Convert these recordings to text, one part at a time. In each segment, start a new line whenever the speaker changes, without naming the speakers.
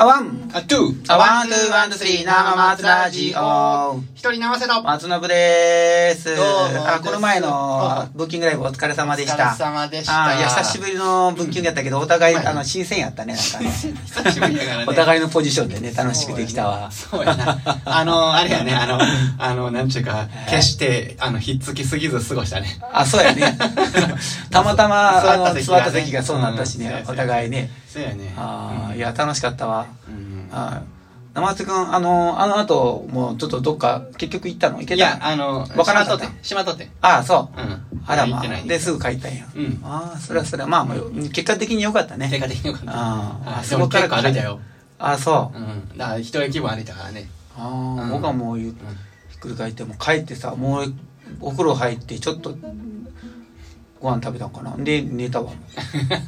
あワン、あトゥー、
あワン、ツー、ワン、ツー、スリー、生松ラジオ。
一人生瀬の
松信でーす。
どうも
あ、この前の
あ
ブッキングライブお疲れ様でし
お疲
た。
れ様でした
あいや、久しぶりのブッキングやったけど、お互い、
はい
あの、新鮮やったね、なんかね。
久しぶりだからね
お互いのポジションでね、楽しくできたわ。
そうやな。あの、あれやね、あの、あの、なんちゅうか、決して、あの、ひっつきすぎず過ごしたね。
あ、そうや ね。たまたま、あの、座
座
っ
ったた席がね
席がそうなったし
うんそう
ね
や、
お互いね。
そうやね。
ああ、いや、楽しかったわ。
うん
はい。生松くん、あの、あの後、もうちょっとどっか、結局行ったの行けた
いや、あの、
わからんか
島
った
取って、島取って。
ああ、そう。
うん。
あら
行
ま
っ
あ
てない。
で、すぐ帰ったんや。
うん
ああ、それはそれは、まあ、もう結果的に良かった
手
ね。
ができなかった。
あー
は
あ
い
そ
で
こ
も
から
結構歩いたよ。
ああ、そう。
うん。だから、一駅分歩いたからね。
ああ、
うん
僕はもうゆっくり返って、もう帰ってさ、もうお風呂入って、ちょっと、ご飯食べたんかな。で、寝 たわ。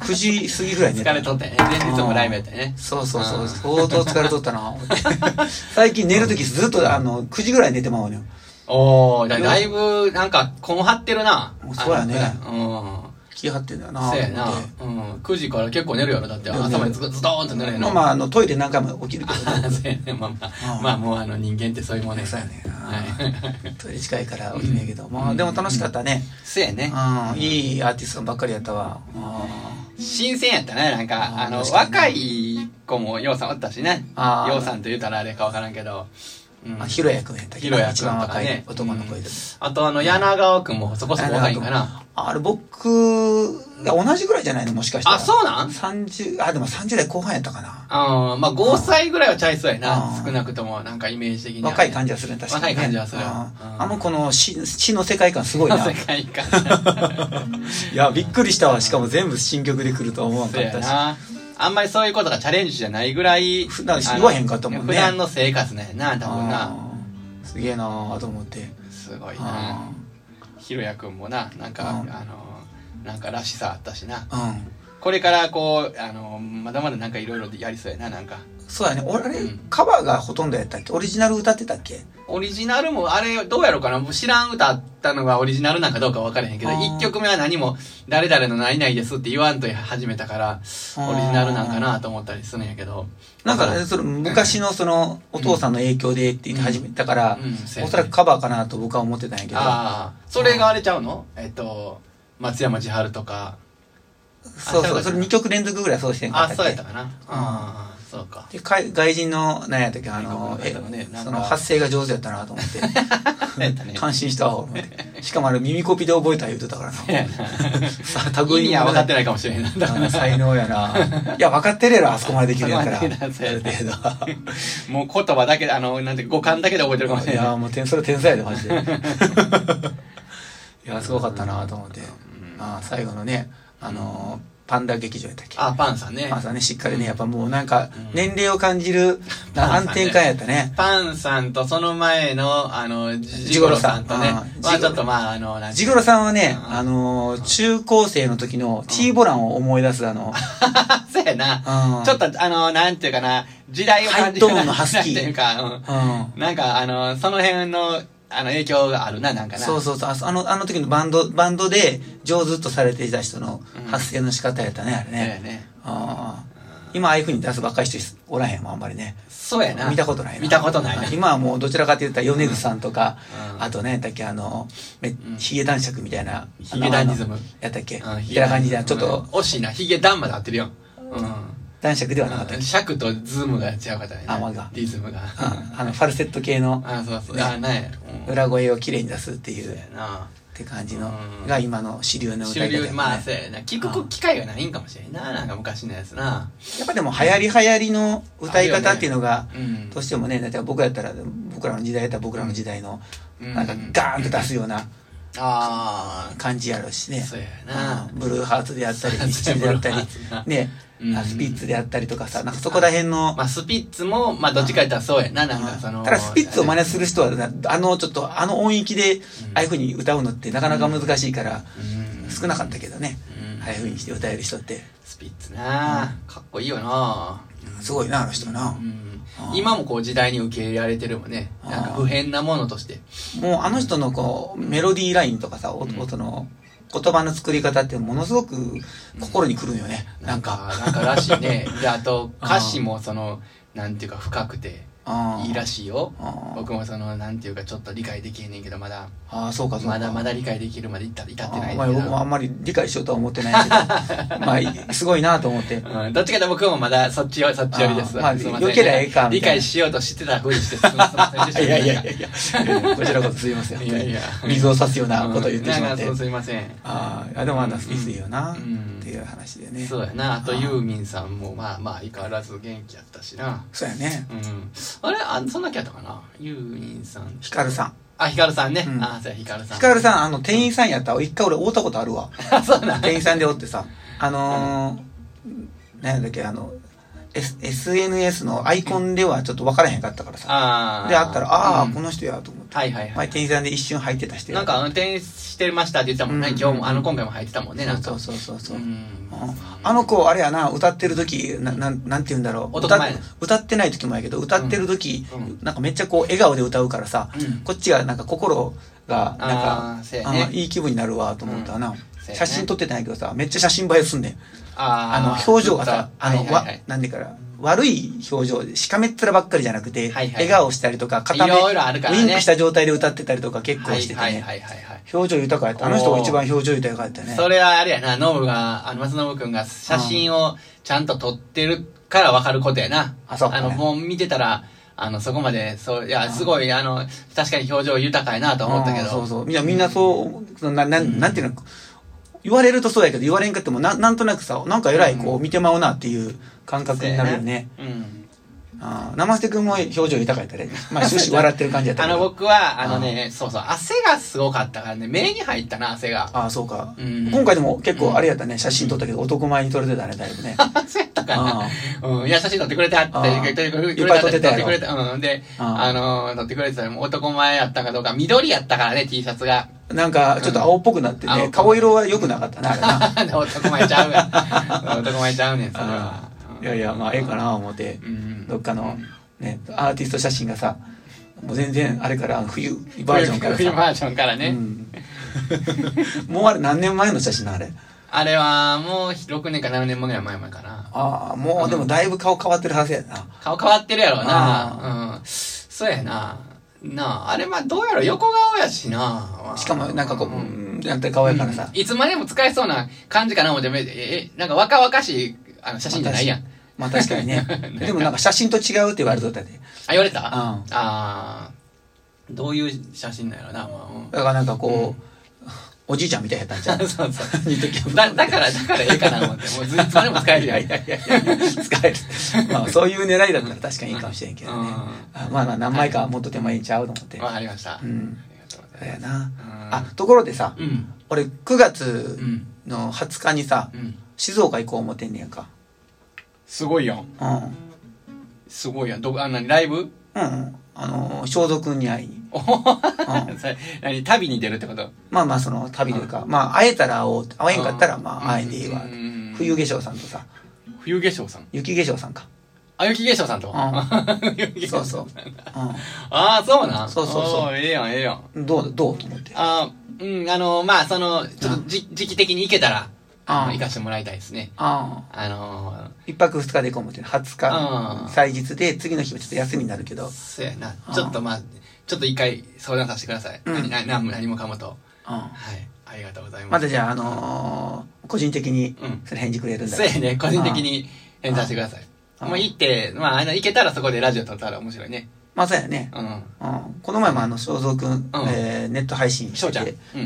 9時過ぎぐらい寝た。
疲れとったよね。前日もライブやったよね。
そうそうそうう、
ん
相当疲れとったな。 最近寝るときずっと、あの、9時ぐらい寝てまうのよ。
おー、だだいぶ、なんか、こん張ってるな。
そうやね
あのうん。
気張ってんだよな。
そうやな
思って。
うん。9時から結構寝るやろ。だって、
いや
頭にずズドーンと寝るやろ。
ま あまあ、あの、トイレ何回も起きるけどね。
あそうやねまあまあ、
うん
まあもうあの人間ってそういうもんね
そうやねんな
はい
トイレ近いから起きねえけど。まあ、でも楽しかったね。
そうやね
うん、いいアーティストばっかりやったわ。あ
新鮮やったねなん
うん
かあの
確かに
若い子もようさんおったしね
あー
ようさんと言うたらあれかわからんけどうん
あ、ひろやくんやったっけ
ひ
ど
ろや
一
くん
番
とか
若い
ね
男の子
うん
で。
あとあの柳川君もそこそこ若いんかな
あれ僕、いや同じぐらいじゃないのもしかしたら。
あそうなん
三十あ、でも30代後半やったかな。
あーまあ5歳ぐらいはちゃいそうや
う
なん少なくともなんかイメージ的には
若い感じはするね、確かに、ね。
若い感じはする
あ
う
ー
ん
あの子の死死の世界観す ごいな。
世
い
界観
や、びっくりしたわ。しかも全部新曲で来るとは思わな
そ
か
う
っ
や
たし。
な。あんまりそういうことがチャレンジじゃないぐらい。
普段
あの
言わへんかったもんね
普段の生活なんやな、多分な。
あーすげえなーと思って。
すごい
あ
な。ひろやくんもな、なんか、
うん
あの、なんからしさあったしな。
ーうん。
これからこう、あの、まだまだなんかいろいろやりそうやな、なんか。
そうやね。俺、あれ
うん、
カバーがほとんどやったっけオリジナル歌ってたっけ
オリジナルも、あれ、どうやろうかな。もう知らん歌あったのがオリジナルなんかどうか分からへんけど、
あー
1曲目は何も、誰々の何々ですって言わんと始めたから、オリジナルなんかなと思ったりするんやけど。
なんか
あ
ね、
そう
それ昔のその、お父さんの影響でって言って始めたから、
うんそうや
お
ね
そらくカバーかなと僕は思ってたんやけど、
ああそれがあれちゃうのえっと松山千春とか
そう
そう
そ
や
う、
った
それ2曲連続ぐらいそうしてんか
あ
ったっ
そうやっ
け
たかなああそ うか
で外外人の、なんやったっけ、あの、
外
え
国の方がねなんか
その発声が上手やったなと思って、
そうやった ね
感心したわ、思っ て。しかもあれ耳コピで覚えた言うてたからな。さあ、
意味は分かっ
な
て
い。
ないかもしれへんなんだか
あの
ら
才能や な。いや、分かってるやろ、あそこまでできるんやから。あ
あそ
る
こまでできるやつ
程度。
もう言葉だけあのなんていうか五感だけで覚えてるかもしれ
い
ない
やもう天それ天才やでマジ でいやすごかったなと思って、あー最後のねあのーパンダ劇場やったっけ
あパンさんね
パンさんねしっかりねやっぱもうなんか
うん
年齢を感じるな
パ
安
ンさんね
定感やったね
パンさんとその前のあのジゴロさんとね
ジゴロさんうん
まあちょっとまああのなんて
ジゴロさんはね、
うん
あのー中高生の時の T ボランを思い出すあ の、
そうやな
うん、
ちょっとあのなんていうかな時代を感じ
ハイトーンのハスキー
なんていうかうん
うん
なんかあのその辺のあの影響があるななんかな
そうそうそうあそあのあの時のバンドバンドで上手とされていた人の
うん
発声の仕方やったねあれ
そうや
ね、
ね
あー今ああいう風に出すばっかり人おらへんもんあんまりね
そうやな
見たことないな
見たことないな
今はもうどちらかというと米津さんとか、
うん
あとねだっけあのめ
ん
ヒゲ男爵みたいな
ヒゲダンディズム
あのやったっけみ
うん
たいな感じでちょっと
うん惜しいなヒゲダンまで合ってるようん
男爵ではなかったっけ、
尺とズームが違うかったね
あまだ
リズムが
うんあのファルセット系の
あそうそう
ね
あないうん
裏声をきれいに出すってい
そう
うっ
やな
て感じの
うん
が今の主流の歌い
主
方や
流
ね
まあそうやな聞く機会がないんかもしれんななんか昔のやつな
やっぱでも流行り流行りの歌い方っていうのが
うん
どうしてもねだって僕やったら僕らの時代やったら僕らの時代の
うん
なんかガーンと出すような
あ
感じやろうしね
そうやな
うんブルーハーツであったり
そうや
ミスチルであったり
ブルーハーツな
ね
うん
あスピッツであったりとかさなんかそこら辺
あ
の
まあスピッツもまあどっちか言ったらそうやななんかその
ただスピッツを真似する人はなあのちょっとあの音域でああいうふうに歌うのってなかなか難しいから
うん
少なかったけどね
うん
ああいうふうにして歌える人って
スピッツなかっこいいよな
すごいなあの人な
うん
あー
今もこう時代に受け入れられてるもんね
あー
なんか不変なものとして
もうあの人のこうメロディーラインとかさ音
うん
音の言葉の作り方ってものすごく心にくるんよねなんか
なんからしいねであと歌詞もそのなんていうか深くて
ああ
いいらしいよ
ああ
僕もそのなんていうかちょっと理解できへんねんけどまだ
ああそうかそうか
まだまだ理解できるまで至至ってない
あ
ん
ま
だ
あ
け
僕もあ
ど
んまり理解しようとは思ってないけど まあいすごいなと思って
うん、どっちかというと僕もまだそっちよそっち寄りで
あ
す
ーまあ
すい
よけりゃええかみたいな
理解しようとしてたふうにしてすみませんでし
い
た
やいやいやいやこちらこそすいません本
い
当
やい
に
や
水を差すようなこと言ってしまって、
うんなんかそうすいません
ああでもまだ好きすぎよな、
うんうん
っていう話でね
そうやなあと
あー
ユーミンさんもまあまあ相変わらず元気やったしな
そうやね
うんあれあそんなきやったかなユーミンさん
ヒカルさん
あヒカルさんね、
うん
あそうやヒカルさん
ヒカルさんあの店員さんやったわ一回俺会うたことあるわ
そうなん
店員さんでおってさあのー、なんやったっけあの、S、SNS のアイコンではちょっと分からへんかったからさ
あ
で会ったらああ、
うん
この人やと思って
はいはいはい、
前店員さんで一瞬入ってたして
なんか転院してましたって言ってたもんね、
うん
今日もあの今回も入ってたもんねなんか
そうそうそうそう、
うん
あの子あれやな歌ってる時ななんなんて言うんだろう
男
歌っ
前
歌ってない時もやけど歌ってる時、
うん
なんかめっちゃこう笑顔で歌うからさ、
うん
こっちがなんか心がなんか
あーせやね
あーいい気分になるわと思ったな、
せやね
写真撮ってないけどさめっちゃ写真映えすんねんあ
あー
の表情がさあの、
はいはいは
わ
い
なんでから悪い表情でしかめっ面ばっかりじゃなくて、
はいはい
笑顔したりとか片目
いろいろあるからね
ウインクした状態で歌ってたりとか結構しててね、
はいはいはいはいはい
表情豊かやったあの人が一番表情豊かやったね
それはあれやなノブがあの松信君が写真をちゃんと撮ってるから分かることやな
あそう
のもう見てたらあのそこまでそういやすごいあの確かに表情豊かやなと思ったけど
あーそうそういやみんなそうそのなななんていうの言われるとそうやけど言われんかってもななんとなくさなんか偉いこう見てまうなっていう感覚になるよね、
うん
ああー生瀬君も表情豊かやったねまあ終 始笑ってる感じやった
あ
けど
の僕はあのねそうそう汗がすごかったからね目に入ったな汗が
ああそうか、
うん
今回でも結構あれやったね写真撮ったけど男前に撮れてたねだいぶね
そうやったかな
あ
うん、優しい撮ってくれてはった
あー
撮ってくれ
いっぱい撮ってたやろ
撮ってくれたうんで
あー
あのー撮ってくれてたら男前やったかどうか緑やったからね T シャツが
あなんかちょっと青っぽくなって
うん青
ね、
っぽい
顔色は良くなかったなあれな
男前ちゃうわ男前ちゃうねんそれはう
い
ん
やいやまあええかな思って、
うん
どっかのねアーティスト写真がさもう全然あれから冬バージョンから
冬
さ
バージョンからね、
うん、 もうあれ何年前の写真なんあれ
あれはもう6年か7年もぐらい前々かな
ああもうでもだいぶ顔変わってるはずやな
顔変わってるやろうなうんそうやななああれまあどうやろ横顔やしな
しかもなんかこう、
う
うんん、なんて顔やからさ、
いつまでも使えそうな感じかな思ってめええなんか若々しいあの写真じゃないやん
まあ確かに ねでもなんか写真と違うって言われとったで
あ、言われた
ん
ああーどういう写真なんやろな、ま
だからなんかこう、おじいちゃんみたいやったんちゃ
あ
う
うん、 そうそう。
似て き
だだから、だからええかな思って、もうずっとでも使える
い
や
や い
ん。
やいやいや使えるまあそういう狙いだったら確かにいいかもしれんけどね、
うん
あまあまあ何枚か持っとってもいいんちゃうと思って、
わかりました。
うん
ありがとう
そ
ござ
う
いま
や
す。
な、
うん
あところでさ
うん。
俺9月
うん。
の20日にさ
うん。
静岡行こう思ってんねやんか
すごいやん。
うん
すごいやん。どこ、あ、なに、ライブ
うんうん、あの装束君に会いに、
おほ
うん、
それ 何、旅に出るってこと
まあまあその旅というか、まあ会えたら会おう会えんかったらまあ会えていいわ、
うんうん
冬化粧さんとさ
冬化粧さん。
雪化粧さんか、
あ、雪化粧さんと。
う ん、そうそう、
ああ、そうなん
そうそうそう
おーええやん、ええやん。
うん、どうどうと思って
あーうん、あのまあ、その、ちょっとじ、時期的に行けたら、あの
うん
行かしてもらいたいですね。
あ
あのー、
あ一泊二日で行こう思って20
うん
日祭日で次の日はちょっと休みになるけど、
そうやな
う。ん
ちょっとまあ、ちょっと一回相談させてください。
うん
何何何も何もかもと。
うん、
はい。ありがとうござい
ま
ます。
たじゃああのー個人的に
うん
それ返事くれるんだ
そうやね。個人的
うん
に返させてください。
うん
もう行って、まあ、あの、行けたらそこでラジオ撮ったら面白いね。
まあそうやね、
うん。
うん、この前もあの正蔵君、ん
うん
えーネット配信し
翔
て
ち
て
ゃん。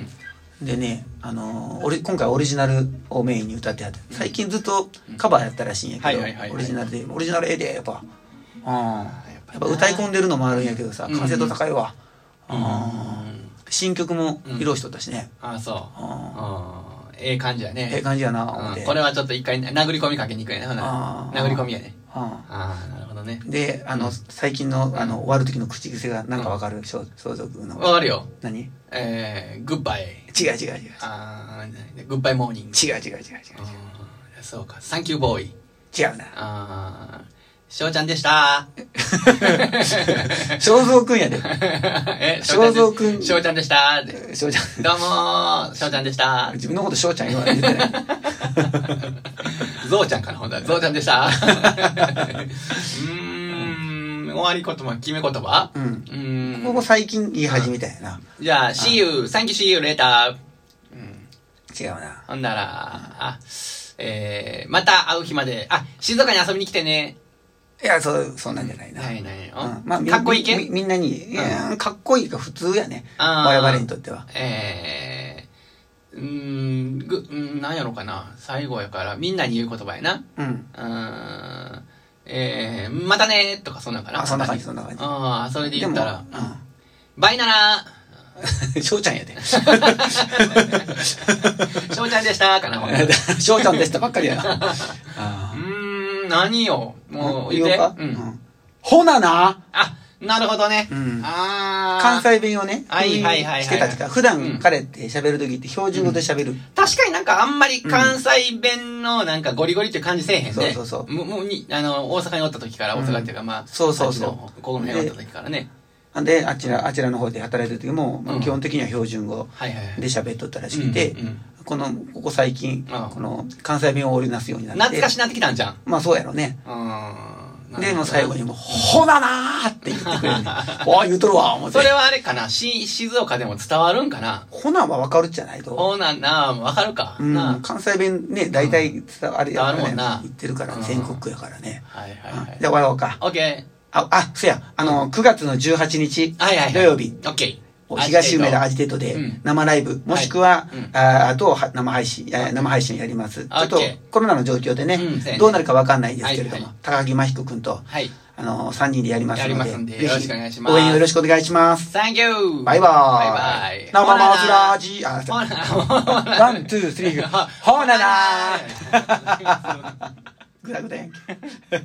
うん。
でね、あのーオリ今回オリジナルをメインに歌ってはって最近ずっとカバーやったらしいんやけど、
はいはいはいはい
オリジナルでオリジナルええでやっぱうんや
ーやっぱな
っぱ歌い込んでるのもあるんやけどさ
うん
完成度高いわ、
うん
うん新曲も披露しとったしね、
ああ、そう。
うん
うん。ええ感じやね。
ええ感じやな思って、
うんこれはちょっと一回殴り込みかけに行くやね。ほ
あ
な。
ー
殴り込みやね。
うん
ああ、なるほどね。
であの最近のあの終わる時の口癖がなんかわかる相続の
わかるよ。
何違
えー、グッバイ。
う違う違う違う
ああ、グッバイモーニング。
違う違う違う違う
うんそうか。サンキューボーイ。
違う な
あー、翔ちゃんでした。
正蔵くんやで
え、
正蔵くん
翔ちゃんでした。ど
正ちゃん
うもー、翔ちゃんでした。
自分のこと翔ちゃん言わないで
ゾウちゃんかな、ほんだらゾウちゃんでした うーん、終わり言葉、決め言葉
う。
うんーん。
ここ最近言い始めたやな。
じゃあ、see you, thank you, see you later. うん
違うな。
ほんなら、あ、えー、また会う日まで、あ、静岡に遊びに来てね。
いや、そう、そんなんじゃないな。
ないない。
うん
まかっこいいけ
みみみんなに、いやかっこいいが普通やね。
あー
我々にとっては。
えー、うーん、ぐ、うんなんやろかな。最後やから、みんなに言う言葉やな。
うん。
うーん、えー、またねーとか、そんなんかな。
あ、そんな感じ、そんな感じ。
ああ、それで言ったら、
でも
バイなら
うん。翔ちゃんやで。
翔ちゃんでしたかな、ほんならう
翔ちゃんでしたばっかりやな。 あ
ーん、何よ。
ー
もう、
言
言
お
っ
う
て。
か。
う。
うんんほなな
あ、なるほどね。
うん
ああ。
関西弁をね、
はいはいはいはい
してたっていうか、普
うん
段彼って喋るときって標準語で喋る。
確かになんかあんまり関西弁のなんかゴリゴリっていう感じせえへんね。
そうそうそう
ももうに、あの、大阪におった時から、
うん
大阪っていうかまあ、
そうそうそう
あっちのここの辺おった時からね。
で、あちら、あちらの方で働いてる時も、ま
う
あ
ん
基本的には標準語
はいはいはい。
で喋っとったらしくて、
うんうん
この、ここ最近
ああ、
この関西弁を織りなすようになって。
懐かしなってきたんじゃん。
まあそうやろね。
うーん。
で、もう最後にもう、ほななーって言ってくれるね。 わあ、言うとるわ、思っ
そ
て
れ。はあれかなし、静岡でも伝わるんかな
ほなはわかるじゃないと。
ほうなんな、わかるか。
うん
な
関西弁ね、大体伝わるや
伝わるもんな
言ってるから
う
ね、
ん
全国区やからね。
はいはいは
あ
い
じ。ゃあ終わろうか。
オッケ
あ、あ、そや、あの、9月の18日
ー。、はいはいはい。
土曜日。
オッケー。
東梅田
ア
ア
ジ
ジテートで
うん
生ライブ、もしくは、
うん
ああとは生配信、えー生配信やります。ちょっと
OK
コロナの状況でね、
うんそうやね
どうなるかわかんないですけれども、
はいは
高木真彦君と、
はい。
あのー、3人でやりますので、
やりますんで
ぜひ
よろしくお願いします
応援よろしくお願いします。
Thank you!
バイバ
バ
ーイ。
イバイ。
生マズラージー、あ、
ほな
ワン、ツー、スリー、フォー、ほーななーぐだぐだやんけ。